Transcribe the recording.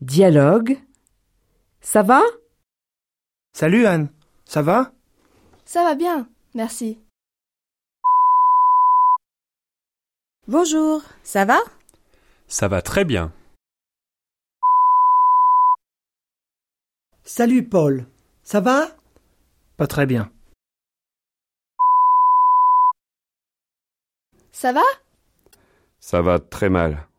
Dialogue. Ça va Salut Anne, ça va Ça va bien, merci. Bonjour, ça va Ça va très bien. Salut Paul, ça va Pas très bien. Ça va Ça va très mal.